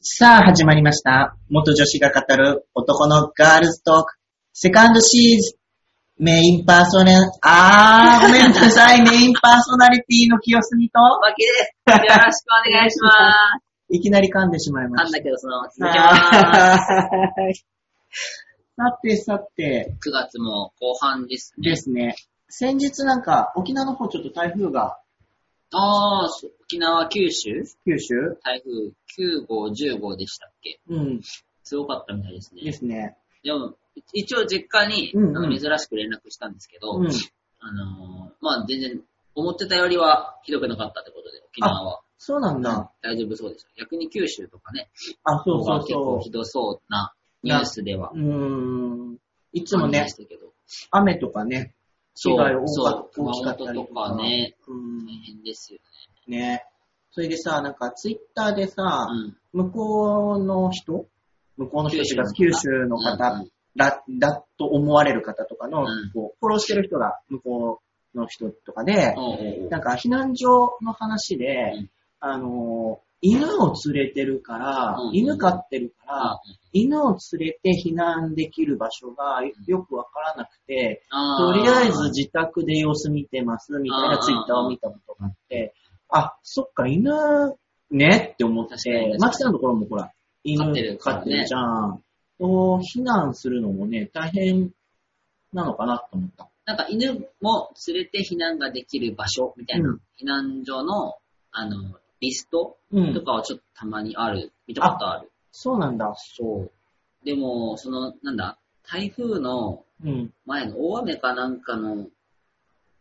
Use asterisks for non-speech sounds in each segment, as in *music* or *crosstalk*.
さあ、始まりました。元女子が語る男のガールズトーク、セカンドシーズン、メインパーソナリ、あ *laughs* ー、ごめんなさい、メインパーソナリティの清澄と、わけです。よろしくお願いしまいきなり噛んでしまいす。なまんしだけど、そのままた。続きます。はい *laughs* さてさて、 9月も後半ですね。ですね。先日なんか、沖縄の方ちょっと台風が、ああ、そう沖縄、九州九州台風9号、10号でしたっけうん、すごかったみたいですでね。すね。でも、一応実家に、うんうんあの珍しく連絡したんですけど、うん。あのーまあ全然、思ってたよりはひどくなかったってことで、沖縄は。そうなんだ。大丈夫そうでした。逆に九州とかね、あ、そうそう結構そひどそうなニュースではう。うーん。いつも感じねでし、たけど。雨とかね、被そう害多、かそうっ、熊大きかった本りとかね、うん大、変ですよね。ね。それでさ、なんかツイッターでさ、うん。向こうの人向こうの人っていうか九州のうんう方んだ、だと思われる方とかの、うんこう、フォローしてる人が向こうの人とかで、おうおうおうなんか避難所の話で、うんあのー、犬を連れてるから、うん犬飼ってるから、あ犬を連れて避難できる場所がよくわからなくて、あとーりあえず自宅で様子見てますみたいなツイッターを見たことがあって、あ、そっか、犬ねって思っ確かに確かて、にマキさんのところもほら、犬飼ってるか飼らねってるじゃん。と避難するのもね、大変なのかなと思った。なんか犬も連れて避難ができる場所みたいな、うん避難所の、あの、リストうとん。かはちょっとたまにある。見たことある。そうなんだ。そう。でも、その、なんだ、台風のうん。前の大雨かなんかの、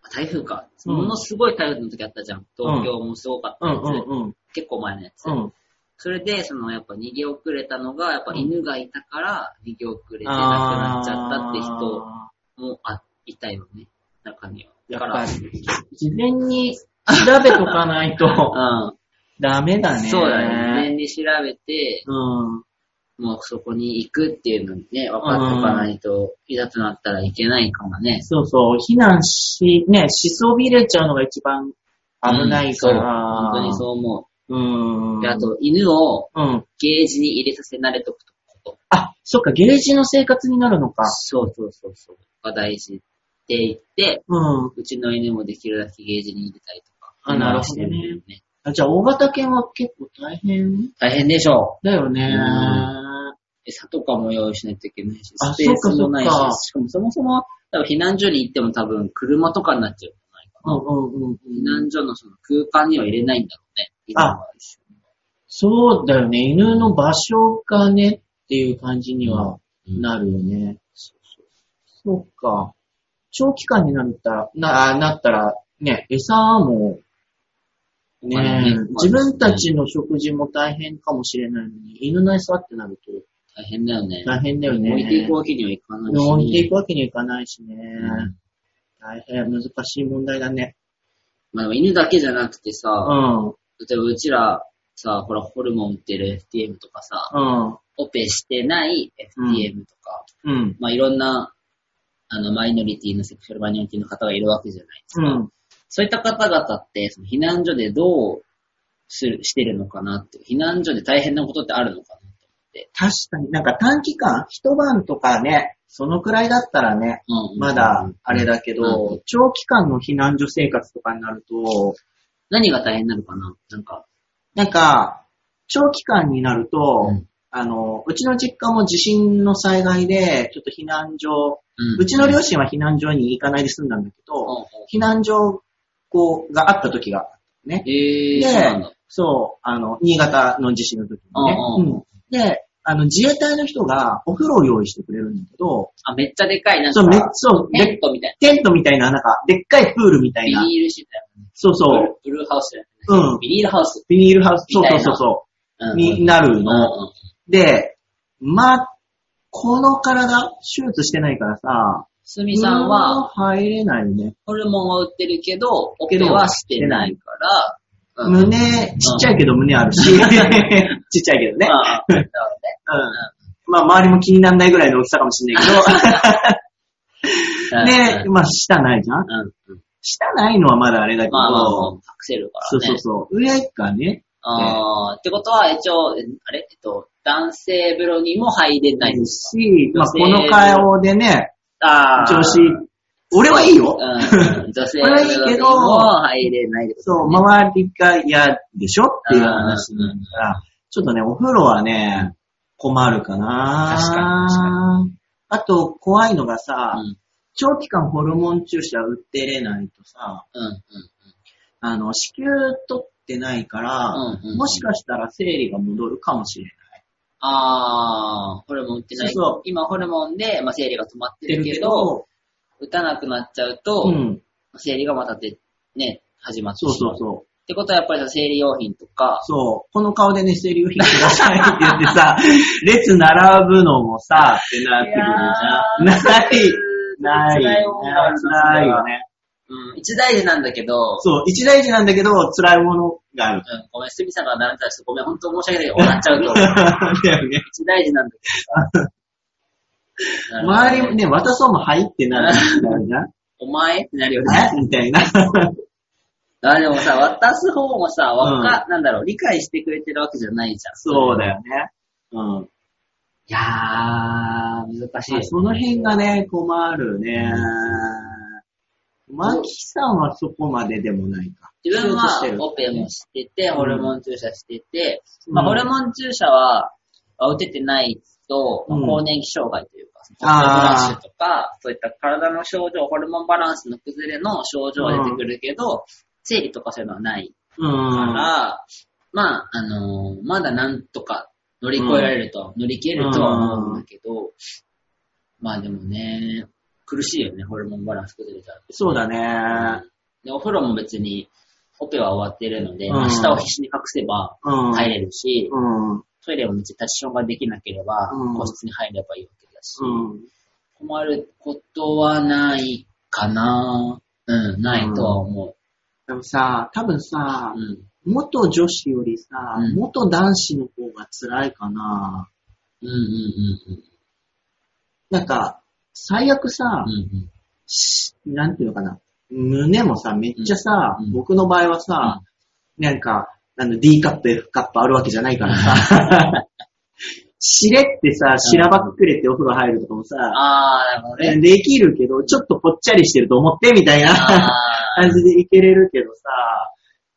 あ台風か。うんものすごい台風の時あったじゃん。東京もすごかったうんやつ。うんうん。結構前のやつ。うん。それで、その、やっぱ逃げ遅れたのが、やっぱうん犬がいたから、逃げ遅れて亡くなっちゃったって人あもあいたよね、中には。ーやっだから、ぱうり、事前に調べとかない *laughs* とん。ダメだね。そうだね。事前に調べて、うん。もうそこに行くっていうのにね、分かっておかないと、いざとなったらいけないからね。そうそう、避難し、ね、しそびれちゃうのが一番危ないから。うんそう本当にそう思う。うう。ん。で、あと、犬をうん。ゲゲージに入れさせ慣れとくこと。あ、そっか、ゲージの生活になるのか。そうそうそうそう。が大事って言って、うん。うちの犬もできるだけゲージに入れたりとか。あなるほどねしてるよね。あじゃあ、大型犬は結構大変大変でしょだよね。う。餌とかも用意しないといけないし、あスペースもないし、そっかそっかしかもそもそも、多分避難所に行っても多分車とかになっちゃうじゃないかうんな。うんうん。避難所のその空間には入れないんだろうね。今は一緒にそうだよね。犬の場所がねっていう感じにはなるよね。そうか。長期間になったら、な、あなったら、ね、餌も、お金ねね、自分たちの食事も大変かもしれないのに、犬の餌ってなると大変だよね。大変だよね。置いていくわけにはいかないし。置いていくわけにはいかないしね。うん大変難しい問題だね。まあでも犬だけじゃなくてうさ、ん、うん、例えばうちら、さ、ほら、ホルモン売ってる FTM とかさ、オペしてない FTM とか、うん、まあいろんな、あの、マイノリティの、セクシャルマイノリティの方がいるわけじゃないですうか。ん。そういった方々って、その避難所でどうする、してるのかなって、避難所で大変なことってあるのかなって。確かになんか短期間、一晩とかね、そのくらいだったらね、うんうんまだあれだけうんうど、長期間の避難所生活とかになると、何が大変なのかななんか、なんか、長期間になると、うんあの、うちの実家も地震の災害で、ちょっと避難所、ううちの両親親は避難所に行かないで済んだんだけど、と、避難所こうがあった時が、ね。えでー、そうなんだ。そう、あの、新潟の地震の時にね。うんうんうんで、あの、自衛隊の人がお風呂を用意してくれるんだけど、あ、めっちゃでかい、なんか、そう、めっそう、ネッでトみたいテントみたいな、なんか、でっかいプールみたいな。な。ビニールシートやそうそう。ブルーハウスやうん。ビニールハウス。ビニールハウス、みそうたいそうなそうそうう。んになるうんの。うんで、まあ、この体、手術してないからさ、すみさんは、入れないね。ホルモンは売ってるけど、オペはしてないから、うん胸、ちっちゃいけど胸あるし、 *laughs* ちっちゃいけどね。 *laughs* まあうん。まあ、周りも気にならないぐらいの大きさかもしれないけど、で、まあ、舌ないじゃんうんうん舌ないのはまだあれだけど、まあまあ、まあ隠せるからね。そうそうそう。上がね、あーってことは、一応、えあれえっと、男性風呂にも入れない。し、まあ、こ女性の顔でね、あー女子、俺はいいよ。 *laughs* うん女性これはいいけど風呂にも入れないってことそう、周りが嫌でしょっていう話なんだから、ちょっとね、お風呂はね、困るかな確かに確あと、怖いのがさ、うん長期間ホルモン注射打ってれないとさ、うんうんあの、子宮取ってないから、うんうんもしかしたら生理が戻るかもしれない。あー、ホルモン打ってない。そうそう今、ホルモンで、まあ、生理が止まってってるるけけど、ど、打たなくなっちゃうと、うん、生理がまたで、ね、始まってしそまうう。そうそう。ってことは、やっぱりさ生理用品とか、そう、この顔でね、生理用品くださいって言ってさ、 *laughs* 列並ぶのもさ、ってなってくるじゃん。ない、辛ないい、思いがある辛いよね。うん、一大事なんだけど、そう、一大事なんだけど、辛いものがある。うん、ごめん、すみさんが並んでたらごめん、本当申し訳 *laughs* ないけど、笑っちゃうと思う。だよね。一大事なんだけど *laughs* さ。周りもね、渡そうも入ってなるなるじゃん。お前ってなるよ *laughs* ね。えみたいな。あでもさ、渡す方もさ、わか、なんだろう、理解してくれてるわけじゃないじゃん。そうだよね。うん。いやー、難しいよあね。その辺がね、困るね。マキさんはそこまででもないか。自分は手術してるオペもしてて、ホルモン注射してて、うんまあ、ホルモン注射は、あ打ててないと、まあうん更年期障害というか、あーフラッシュとか、そういった体の症状、ホルモンバランスの崩れの症状は出てくるけど、生理とかそういうのはないから、うん。まあ、あのーまだなんとか乗り越えられるとは、乗り切れるとは思うんだけど、まあでもね、苦しいよね、ホルモンバランス崩れたら。そうだね。で、お風呂も別に、オペは終わってるので、うんまあ下を必死に隠せばうん。入れるし、うん。トイレも別に立ちションができなければ、うん個室に入ればいいわけだし、うん。困ることはないかなうん、ないとは思でもさ、多分さう。う、ん。元女子よりさ、うん元男子の方が辛いかな。うんうんなんか、最悪さうんうん。う、んしなんていうのかな、胸もさ、めっちゃさ、うん僕の場合はさ、なんか、あの D カップ、F カップあるわけじゃないからさ、 *laughs* しれってさ、しらばっくれてお風呂入るとかもうん。さ、あー、なるほど *laughs* ね。できるけど、ちょっとぽっちゃりしてると思ってみたいな。あ感じでいけれるけどさ、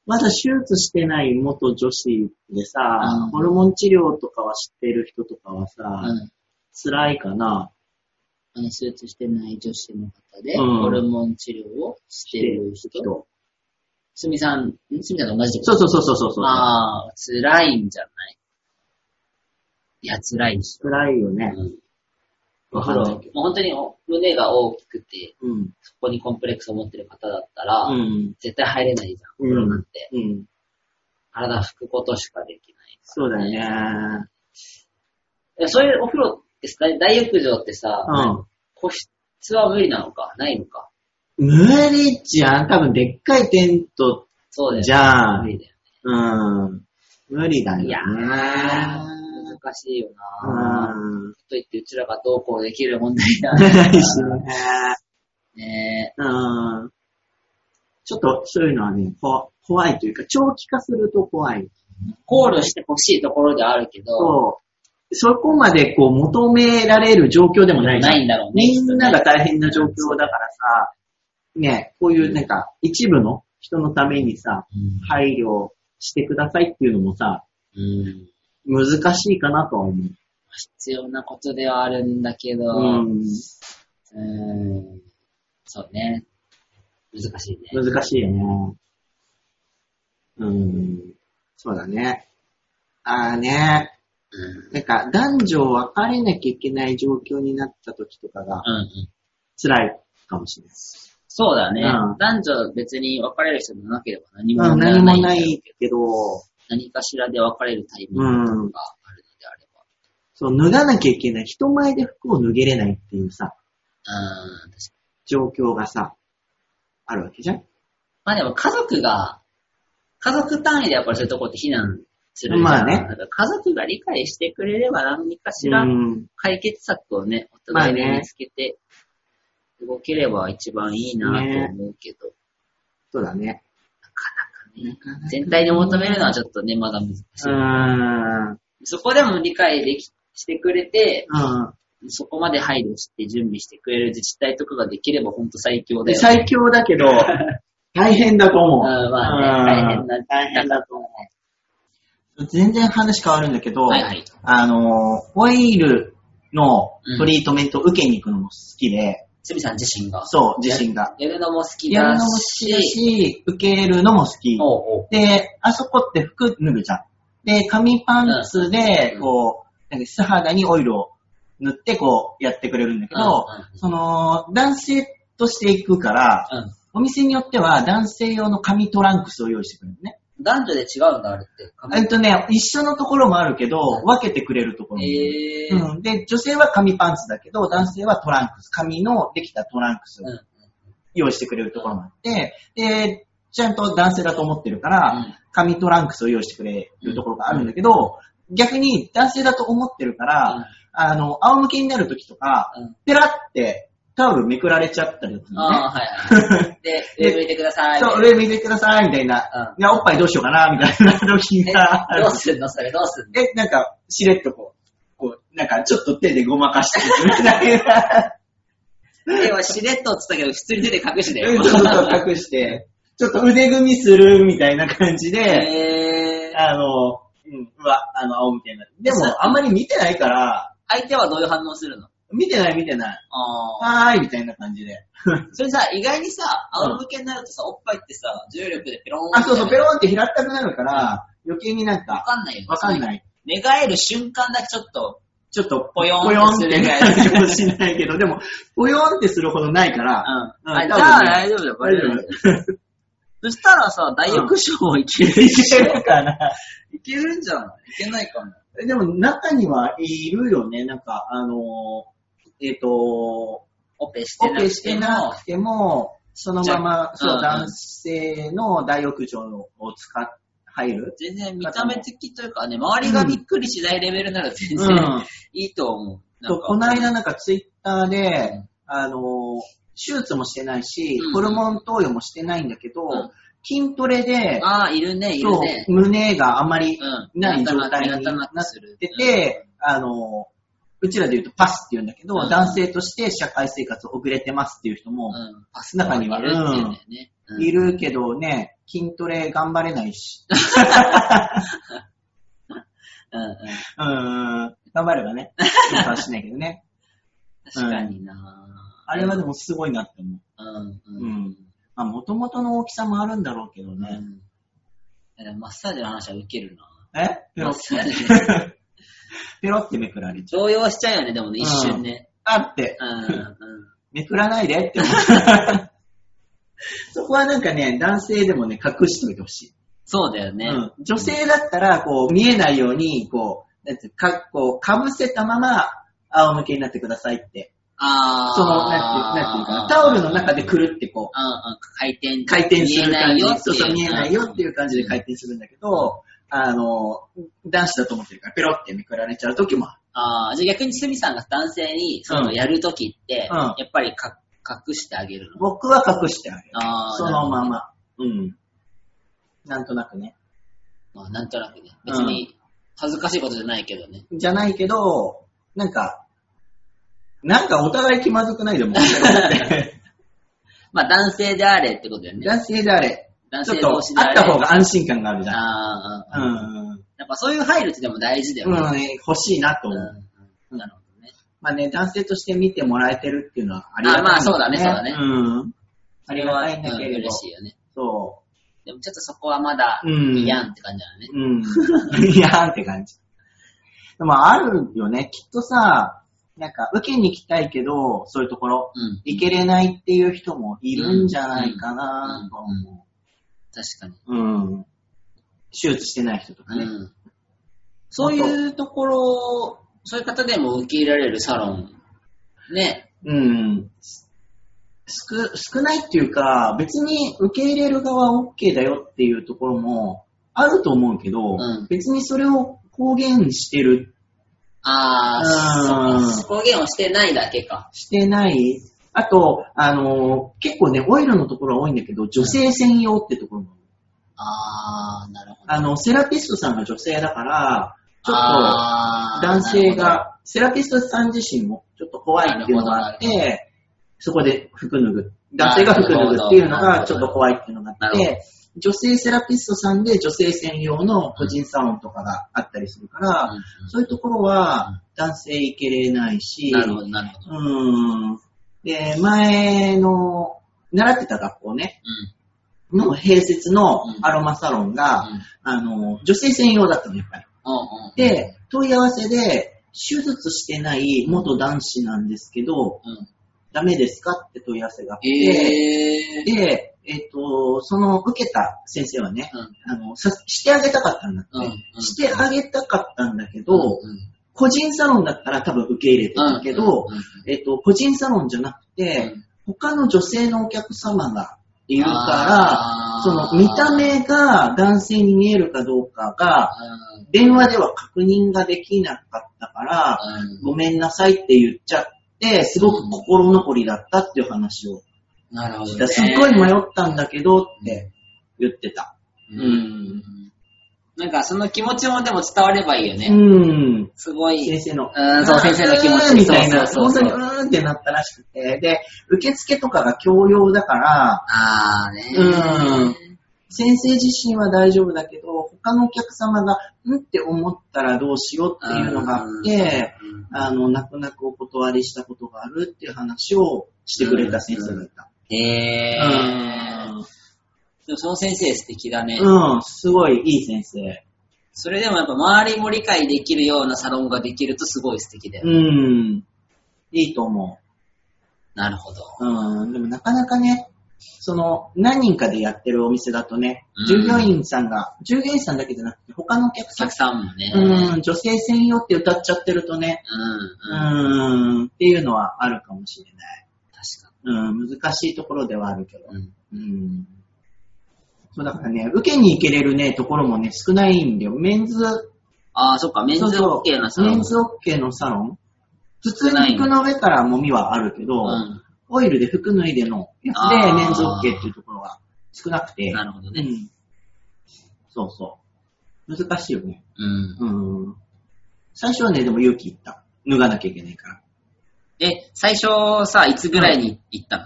まだ手術してない元女子でさ、うんホルモン治療とかは知ってる人とかはさ、ー、うん。辛いかな。あの、手術してない女子の方で、うんホルモン治療をしてる人人。すみさん、んすみさんと同じってことそうそうそうそうそうそう。ああ、辛いんじゃないいや、辛いでしょ。辛いようね。ん。おわ風かん呂、ないもうけど。本当に胸が大きくて、うん。そこにコンプレックスを持ってる方だったら、うん。絶対入れないじゃうん、おん風呂なんて。うん。体拭くことしかできないそうだよね。いや。そういうお風呂ってさ、大大浴場ってさ、うん。個室は無理なのかないのか無理じゃん。多分でっかいテントそうだよね。じゃ無ん。理だようん。無理だよね。ね。いやー、難しいよな *laughs* ー。うん。と言って、うちらがどうこうできる問題じゃ *laughs* ないないしね。ねー。うんちょっとそういうのはね、こ怖いというか、長期化すると怖い。考慮してほしいところではあるけど、そう。そこまでこう求められる状況でもないじゃんないんだろうね。みんなが大変な状況だからさ、ね、こういうなんか一部の人のためにさ、配慮してくださいっていうのもさ、うん難しいかなとは思う。必要なことではあるんだけど、うん、うん、そうね。難しいね。難しいよね。うん、そうだね。ああね、うん。なんか男女分かれなきゃいけない状況になった時とかがうんうん、辛いかもしれないです。そうだね、うん男女別に別れる人もなければ何もまあ問題は何ないもんだなよいけど、何かしらで別れるタイミングとかがあるのであれば。そう、脱がなきゃいけない。人前で服を脱げれないっていうさ、うん、確かに。状況がさ、あるわけじゃんまあでも家族が、家族単位でやっぱりそういうとこって避難するじゃんまあねだから家族が理解してくれれば何かしらうん。解決策をね、お互いにまあね見つけて、動ければ一番いいなと思うけど、そうだね。なか全体に求めるのはちょっとね、まだ難しい。うん。うん。そこでも理解でき、してくれて、そこまで配慮して準備してくれる自治体とかができればほんと最強でだよね。最強だけ *laughs* ど、大変だとうん、思う。まあね、大変だ、大変だと思う。全然話変わるんだけど、はいはい。あの、オイルのトリートメント受けに行くのも好きで、すみさん自身が。そう、自身が。やるのも好きやるだのも好きだし、し、受けるのも好き。おうおうで、あそこって服脱ぐじゃん。で、紙パンツでう、んこう、なんか素肌にオイルを塗ってこうやってくれるんだけうんど、うんその、男性として行くから、うんお店によっては男性用の紙トランクスを用意してくれるのね。男女で違うんだ、あれって。えっとね、一緒のところもあるけど、分けてくれるところもある。えー。うんうん、で、女性は紙パンツだけど、男性はトランクス、紙のできたトランクスをうん用意してくれるところもあって、で、ちゃんと男性だと思ってるから、うん紙トランクスを用意してくれるところがあるんだけど、逆に男性だと思ってるから、うんあの、仰向けになるときとか、うんペラってタオルめくられちゃったりとかああ、はいはい。 *laughs* で、上向いてくださね、い。そう、上見てください、みたいな。ういや、おっぱいどうしようかな、みたいな時えがあるどうすんのそれど *laughs* うすんのえ、なんか、しれっとこう、こう、なんかちょっと手でごまか *laughs* してるみたいな。手はしれっとって言ったけど、普通に手で隠してちょっと隠して、ちょっと腕組みするみたいな感じで、 *laughs* えー、あの、うん、うわ、あの、仰向けになる。でも、あんまり見てないから、相手はどういう反応するの見てない見てない。ああ。はーい、みたいな感じで。それさ、意外にさ、仰向けになるとさ、おっぱいってさ、重力でペローンあ、そうそう、ペロンンって平ったくなるから、余計になんわか、かんないよ。わかんない。寝返る瞬間だけちょっと、ちょっと、ぽよんぽよんってするぐらいなるかもしれないけど、でも、ぽよんってするほどないから、うう。んんあ、じ多ゃ分あね大丈夫だよ、こ大れ丈夫。そしたらさ、大浴場もいけるい *laughs* けるかな。いけるんじゃないいけないかも。でも中にはいるよね、なんか、あのー、えっ、と、オペしてオなくても。ペしてなくても、そのまま、じゃそう、うん男性の大浴場を使っ、入る。全然見た目的というかね、周りがびっくりしないレベルなら全然、うんいいと思う。そうこの間の、なんかツイッターで、うんあのー、手術もしてないし、うんホルモン投与もしてないんだけど、うん筋トレで、ああ、いるね、いるそうね。胸があんまりうんない状態にななっったなくなっててて、あの、うちらで言うとパスって言うんだけど、うん男性として社会生活遅れてますっていう人うもん。パス中にはいるっていうんだよね。うんいるけどね、筋トレ頑張れないし、うんうん。うーん、頑張ればね、筋トレはしないけどね。確かになあれはでもすごいなって思う。うんううんん。まあ、元々の大きさもあるんだろうけどうね。ん。いやでもマッサージの話はウケるなえペロマッっサーて、ジ。ペロってめくられちゃう。動揺しちゃうよね、でもね、一瞬ね。あって、うん。うんめくらないでって思う。 *laughs* そこはなんかね、男性でもね、隠しといてほしい。そうだよね。うん、女性だったら、こう、見えないように、こう、なんていうか、こう、かぶせたまま、仰向けになってくださいって。ああ。その、なんていうなんていうかな、タオルの中でくるってこうんうん回転。う、回転する感じ。見えないよってそういうそう、見えないよっていう感じで回転するんだけど、あの、男子だと思ってるから、ペロってめくられちゃう時もある。ああ、じゃあ逆にすみさんが男性に、そうの、んやるときって、うんやっぱりか隠してあげるの。僕は隠してあげる。ああ、そのまま。うん。なんとなくね。まあ、なんとなくね。別に、恥ずかしいことじゃないけどね。じゃないけど、なんか、なんかお互い気まずくないでも、ペロって。 *laughs* まあ、男性であれってことだよね。男性であれ、男ちょっ性と同士、でああっれ。た方が安心感があるじゃん。ああ、うん。やっぱそういう配慮ってでも大事だよね。うん、欲しいなとうん思う。うんなるほどね。まあね、男性として見てもらえてるっていうのはありがたい、あまあそうだねそうだねうん。そあれりは、がうたんいんだけれど嬉。しいよね。そでもちょっとそこはまだ、う。うん。いやんって感じだよね。うん。いやんって *laughs* 感じ。でもあるよね。きっとさ、なんか、受けに行きたいけど、そういうところ、うん。行けれないっていう人もいるんじゃないかなと思確かに。う。うん。手術してない人とかね。うんそういうところ、そういう方でも受け入れられるサロン。ね。うん。少、少ないっていうか、別に受け入れる側は OK だよっていうところもあると思うけど、うん別にそれを公言してる、あうあ、んそ公言をしてないだけか。してない。あと、あのー結構ね、オイルのところは多いんだけど、女性専用ってところも。あー、なるほど。あの、セラピストさんが女性だから、ちょっあとー男性。が、セラピストさん自身もちょっと怖いっていうのがあっなるて、そこで服脱ぐ。男性が服脱ぐっていうのがちょっと怖いっていうのがあっなるて、女性セラピストさんで女性専用の個人サロンとかがあったりするかなら、るそういうところは男性行けれないし、ほどうんなるほど、なるほど。うん。で、前の、習ってた学校ね、うんの併設のうんアロマサロンが、うんあの、女性専用だったの、やっぱり。うんうんで、問い合わせで、手術してない元男子なんですけど、うんダメですかって問い合わせがあって、えー。で、えっ、と、その受けた先生はね、うんあの、さしてあげたかったんだって、うんうんしてあげたかったんだけど、うんうん個人サロンだったら多分受け入れてたけど、うんうんうんえっ、と、個人サロンじゃなくて、うん他の女性のお客様がいるかあら、ーその見た目が男性に見えるかどうかが、うん電話では確認ができなかったから、うんごめんなさいって言っちゃって、すごく心残りだったっていう話をなるほどした。ね。すっごい迷ったんだけどって言ってた。うんうん。なんかその気持ちもでも伝わればいいようね。ん。すごい。先生の。うんそう先生の気持ちうーんみたいな。そう本そ当うそうにうーんってなったらしくて。で、受付とかが教養だから、あーね。うん先生自身は大丈夫だけど、他のお客様が、うんって思ったらどうしようっていうのがあって、うんあの、泣く泣くお断りしたことがあるっていう話をしてくれた先生だった。へー。うでもその先生素敵だね。ん、うん、すごいいい先生。それでもやっぱ周りも理解できるようなサロンができるとすごい素敵だよ。うん、いいと思なるほど。う。うん、でもなかなかね、その、何人かでやってるお店だとねうん、従業員さんが、従業員さんだけじゃなくて、他のお客おさん客、さんもね。うん、女性専用って歌っちゃってるとね、ううん。うん。ーん、っていうのはあるかもしれない。確かうん、難しいところではあるけど。に。ううん。ん。そうだからね、受けに行けれるね、ところもね、少ないんだよ。メンズ、ああ、そっか、メンズそうそう OK なサロン。メンズ OK のサロン普通に服の上からもみはあるけど、うんオイルで服脱いでのやつあでーメンズ OK っていうところが少なくて。なるほどねうん。そうそう。難しいよね。うん。うん。最初はね、でも勇気いった。脱がなきゃいけないから。え、最初さ、いつぐらいに行ったの、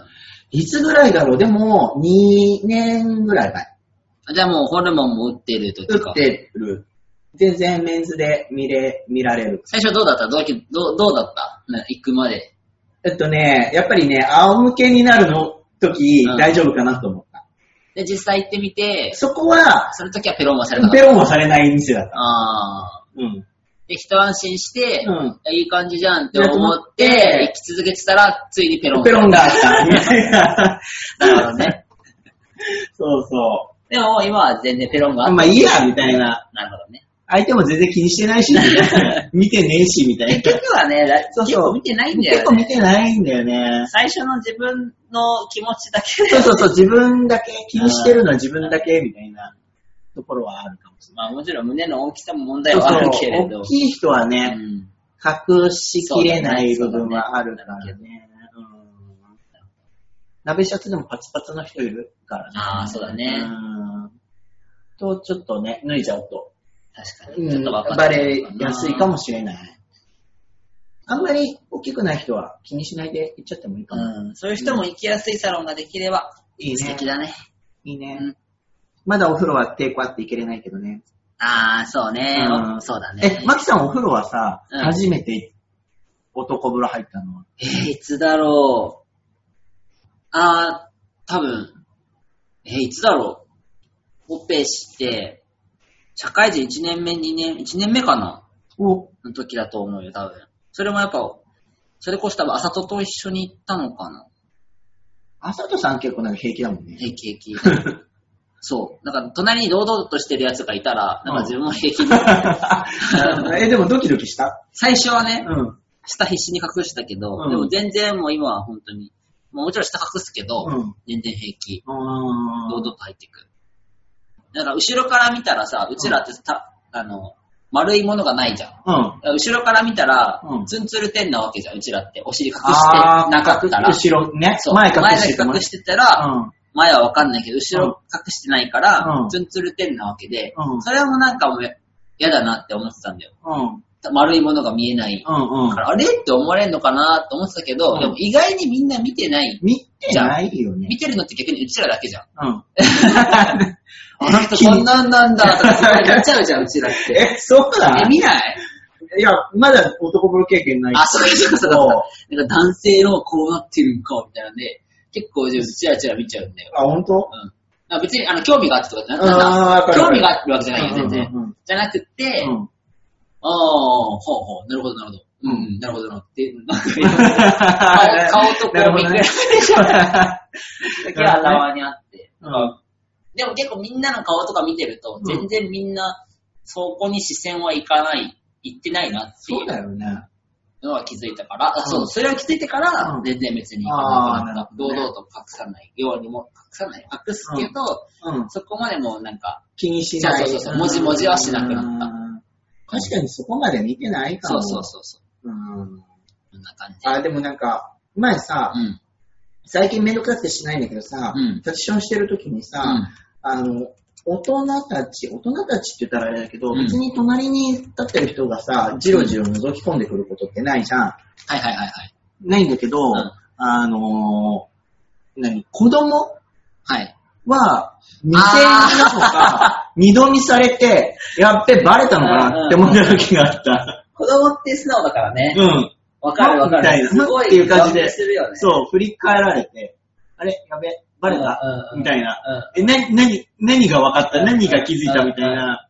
いつぐらいだろうでも、2年ぐらい前。あじゃあもうホルモンも打ってる時打か。ってる。全然メンズで見れ、見られる。最初どうだったどうどうどうだったな行くまで。えっとね、やっぱりね、仰向けになるの時、うん大丈夫かなと思った。で、実際行ってみて、そこは、その時はペロンはされなかっペた。ロンはされない店だった。ああ。うん。で、一安心して、うんいい感じじゃんって思って、だと思って行き続けてたら、ついにペロン。ペロンがあ *laughs* った。みたいな。なるほどね。そうそ *laughs* でももう今は全然ペロンがあっう。た。まあいいや、みたいな。なるほどね。相手も全然気にしてない *laughs* し、見てねえし、みたい結な。局はね、 *laughs* らそう結そう構見てないんだよ、ね。結構見てないんだよね。最初の自分の気持ちだけそうそうそう、自分だけ、気にしてるのは自分だけ、みたいなところはあるかもしれない。まあもちろん胸の大きさも問題はあるけれそうそうど。大きい人はうね、ん隠しきれない部分はあるからね。うん鍋シャツでもパツパツの人いるからね。あーそうだねうん。と、ちょっとね、脱いじゃうと、確かうに。ちょっん、と分かバレやすいかも。もしれない。あんまり大きくない人は気にしないで行っちゃってもいいかも。うん。そういう人も行きやすいサロンができれば、いい素ね敵。だね。いいうね、ん。まだお風呂は抵抗あっていけれないけどね。ああ、そうねう。んそうだね。え、マキさんお風呂はさ、うん初めて男風呂入ったのはえーいつだろう。あー、多分。えーいつだろう。オペして、社会人1年目、2年、1年目かなお、の時だと思うよ、多分。それもやっぱ、それこそ多分、あさとと一緒に行ったのかな。あさとさん結構なんか平気だも *laughs* んね。平気 *laughs* 平気。そう。なんか、隣に堂々としてるやつがいたら、なんか自分も平気で。 *laughs* え、でもドキドキした最初はね、ん。下必死に隠したけど、うんでも全然もう今は本当に、もうもちろん下隠すけど、うん全然平気。堂あ々と入っていく。だから、後ろから見たらさ、うちらってた、あの、丸いものがないじゃん。ーうん。後ろから見たら、うんツンツルテンなわけじゃん、うちらって。お尻隠してあーなかったら。後ろねそ。う前前隠だしてけたもん隠ねしてたら、うん。前はわかんないけど、後ろ隠してないからうん、ツンツルテンなわけでう、んそれはもうなんかもう嫌だなって思ってたんだよ。うん。丸いものが見えない。うんうかん。らあれって思われるのかなと思ってたけど、うんでも意外にみんな見てない。見てないよね見。てるのって逆にうちらだけじゃん。うん。あの人こんなんなん *laughs* だとかすごいなっちゃうじゃん、うちらって。え、そうだえ、見ないいや、まだ男風呂経験ないあ、そうそうそうそう。なんか男性のこうなってるんか、みたいなんで、結構じゃあチラチラ見ちゃうんだよ。あ、本当うん。あ別に、あの、興味があってとかじゃなくてあーわかるわ興かる味があってるわけじゃないよ、全然。うんうんうんじゃなくて、うん。ああ、ほうほう、なるほど、なるほど。うん、うん、なるほど、なるほどって、なんか今顔顔とこなるうほ見ど *laughs* 比ねべだけは側にあって。 *laughs* うんでも結構みんなの顔とか見てると、全然みんな、そこに視線はいかない、行ってないなっていそううだよね。のは気づいたから、うあ、そう、んそれは気づいてからう、ん全然別に行かなくなあーった。なるほど堂ね々と隠さないようにも、隠さない。隠すけど、うん。そこまでもうなんか、気にしない。そうそうそうもじもじはしなくなったった。確かにそこまで見てないかそも。うそうそう、そうん。うこんな感じ。あ、でもなんか、前さう、ん。最近めんどくさくてしないんだけどさ、うんセッションしてる時にさ、あの、大人たち、大人たちって言ったらあれだけど、うん別に隣に立ってる人がさ、じろじろ覗き込んでくることってないじゃん。はいはいはいはい。ないんだけど、んあのー何、子供はい。は、未成年だとか、二度見されて、やっべ、バレたのかなって思った時があった。子供って素直だからね。うん。わかるわかみたいる。なすごい、っていう感じで顔見するよね。そう、振り返られて、あれ、やべ、バレたうんうんうんみたいな。うんえ、な、何、何が分かったうん何が気づいたみたいな。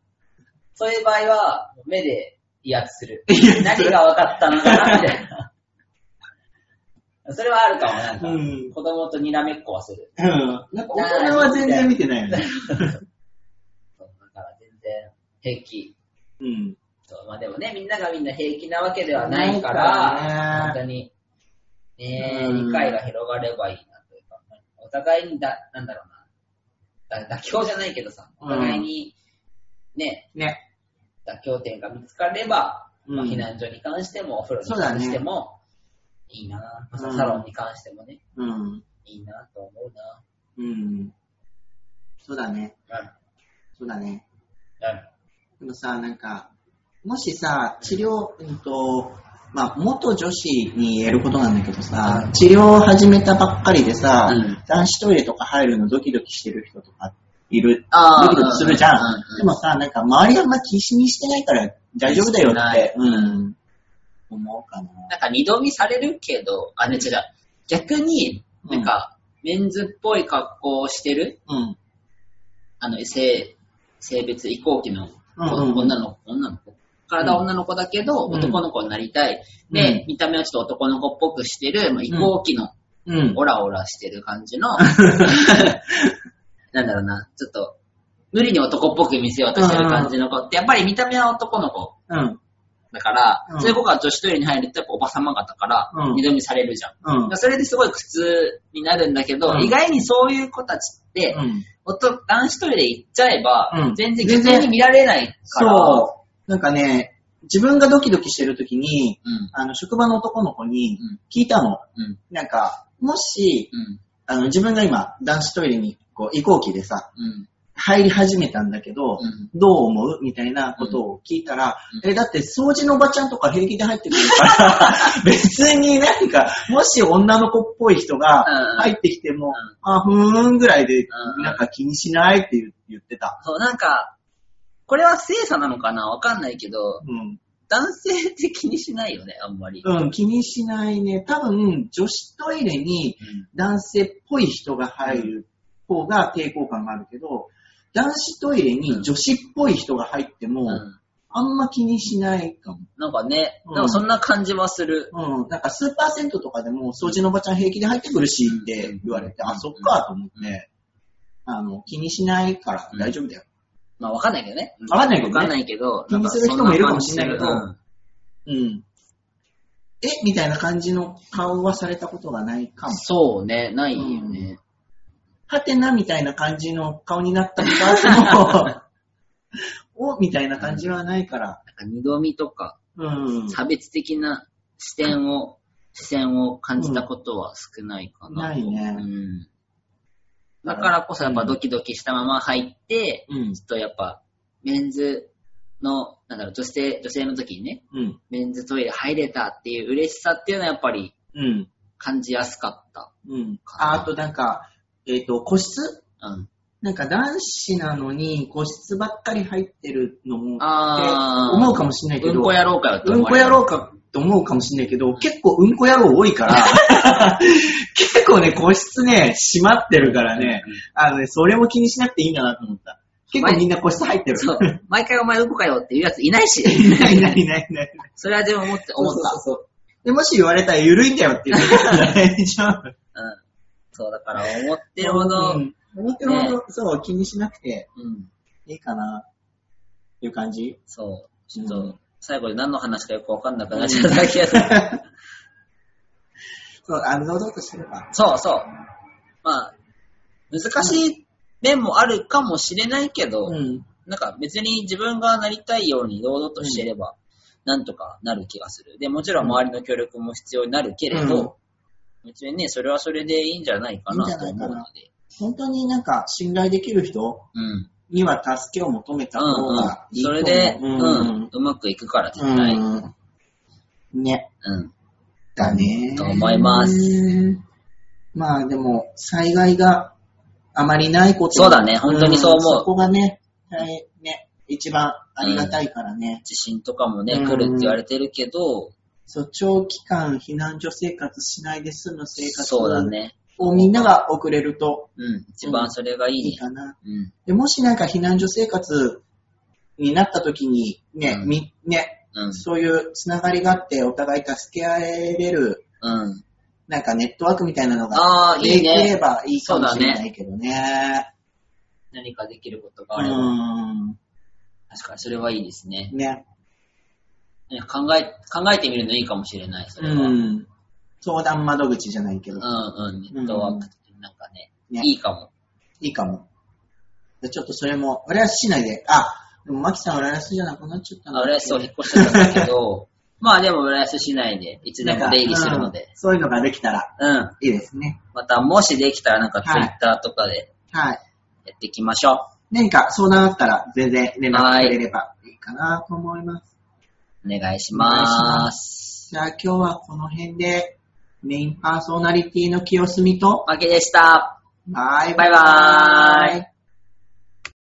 そういう場合は、目で威圧する威圧す。る何が分かったのかなみたいな。 *laughs* それはあるかも、なんか。うん子供とにらめっこはする。うん。なんか大人は全然見てないよね。そうだから全然平気。うん。そうまあでもね、みんながみんな平気なわけではないから、ないからね本当に、ねうん理解が広がればいいなというか、お互いにだ、なんだろうな、だ妥協じゃないけどさ、お互いに、ね、ね。妥協点が見つかれば、まあ、うん避難所に関しても、お風呂そうにだね関しても、いいな、まあうんサロンに関してもね、うん。いいなと思うな。うん。そうだね。うそうだね。ん、うでん、もさ、なんか、もしさ、治療、うんと、まあ、元女子に言えることなんだけどさ、治療を始めたばっかりでさ、うん男子トイレとか入るのドキドキしてる人とかいる、あードキドキするじゃん。うんうんでもさ、なんか周りあんま気にしてないから大丈夫だよっないて、うん、思うかな。なんか二度見されるけど、あ、ね、違う。逆に、なんか、メンズっぽい格好をしてる、うん。あの、性、性別移行期の子うんうん女の子、女の子。体は女の子だけど、うん男の子になりたい。うでん、見た目はちょっと男の子っぽくしてる、まあ、移行期の、うん。オラオラしてる感じの、 *laughs* なんだろうな、ちょっと、無理に男っぽく見せようとしてる感じの子って、やっぱり見た目は男の子うん。だから、うんそういう子が女子トイレに入るとやっぱおばさま方からうん二度見されるじゃん。うん。それですごい苦痛になるんだけど、うん意外にそういう子たちって、うんおと男子トイレ行っちゃえば、うん全然全然に見られないから、そう。なんかね、自分がドキドキしてるときに、うんあの、職場の男の子にうん聞いたの。うんなんか、もし、うんあの、自分が今、男子トイレに、こう、移行期でさ、うん入り始めたんだけど、うんどう思うみたいなことを聞いたら、うんえ、だって掃除のおばちゃんとか平気で入ってくる *laughs* から、別になんか、もし女の子っぽい人がうん入ってきても、んあ、ふーんぐらいでう、んなんか気にしないって言言ってた。そうなんか、これは精査なのかなわかんないけど、うん。男性って気にしないよね、あんまり。うん、気にしないね。多分、女子トイレに男性っぽい人が入る方が抵抗感があるけど、男子トイレに女子っぽい人が入っても、うんあんま気にしないかも。なんかね、うんなんかそんな感じはする。うん、なんかスーパーセントとかでも掃除のおばちゃん平気で入ってくるしって言われて、うんあ、そっかと思って、あの、気にしないから大丈夫だよ。まあわかんないけどね。わかんないけどねわかんないけど。気にする人もいるかもしれないけどんかうん。えみたいな感じの顔はされたことがないかも。そんな感じするうんそうね、ないよね。はてなみたいな感じの顔になったことは *laughs* も、おみたいな感じはないから。なんか二度見とか、うん。差別的な視点を、視線を感じたことは少ないかな。ないねう。ん。だからこそやっぱドキドキしたまま入って、うんち。ょっとやっぱ、メンズの、なんだろう、女性、女性の時にね、うん。メンズトイレ入れたっていう嬉しさっていうのはやっぱりうん。感じやすかった。うん。あ、あとなんか、えっ、と、個室うん。なんか男子なのに個室ばっかり入ってるのも、あーって思うかもしれないけど、うんこやろうかよってうん思わこれ野る郎かと思うかもしれないけど、結構うんこ野郎多い *laughs* から、結構ね、個室ね、閉まってるからね、あのね、それも気にしなくていいんだなと思った。結構みんな個室入ってる。 *laughs* そう。毎回お前うんこかよっていうやついないし。 *laughs* い *laughs* ないいないいないいない。それはでも思って、思った。そうそうそうで、もし言われたら緩いんだよって *laughs* 言うから大丈夫。うん。そう、だから思ってるほど、ううん。ん思ってるほど、そう、気にしなくていいかな、っていう感じ。そう。ちょっうんと、最後に何の話かよくわかんなくなっちゃった *laughs* 気がする。そう、あの、堂々としてれば。そうそう。まあ、難しい面もあるかもしれないけど、うん。なんか別に自分がなりたいように堂々としてれば、なんとかなる気がする。で、もちろん周りの協力も必要になるけれど、別にね、それはそれでいいんじゃないかなと思うので。本当になんか信頼できる人うん。には助けを求めた方うんうんが。いいとそ思う。れで、う、うんん。うまくいくから絶うん対。ね。うん。だね。と思います。まあでも、災害があまりないことそうだね本当にそう思うんそこがね、はいね、一番ありがたいからね。地震とかもね、うん来るって言われてるけど、そう、長期間避難所生活しないで済む生活そうだね。をみんなが送れるとうん。一番それがいいいいね。かな。うん。でもしなんか避難所生活になった時にね、うんみ、ね、うん。そういうつながりがあってお互い助け合えれる、うん。なんかネットワークみたいなのがああ、いでいきれね。ばいいかもしれないけどね。何かできることうがあれば。ん。確かにそれはいいですね。ね。ね考え、考えてみるのいいかもしれない、それうは。うん、ん。相談窓口じゃないけど、うん、ネットワークってなんかね、ねいいかも。いいかも。でちょっとそれも、浦安市内で、あ、でもマキさん浦安じゃなくなっちゃったあ浦安を引っ越してたんだけど、 *laughs* まあでも浦安市内でいつでも出入りするのなんでか、うんそういうのができたらうん。いいですね。また、もしできたらなんかツはイいッターとかではい。やっていきましょう。何か相談あったら全然連絡くれればいいかなと思います。お願いしお願いしま。ますじゃあ今日はこの辺でメインパーソナリティの清澄と、おまけでした。バイバイバーイ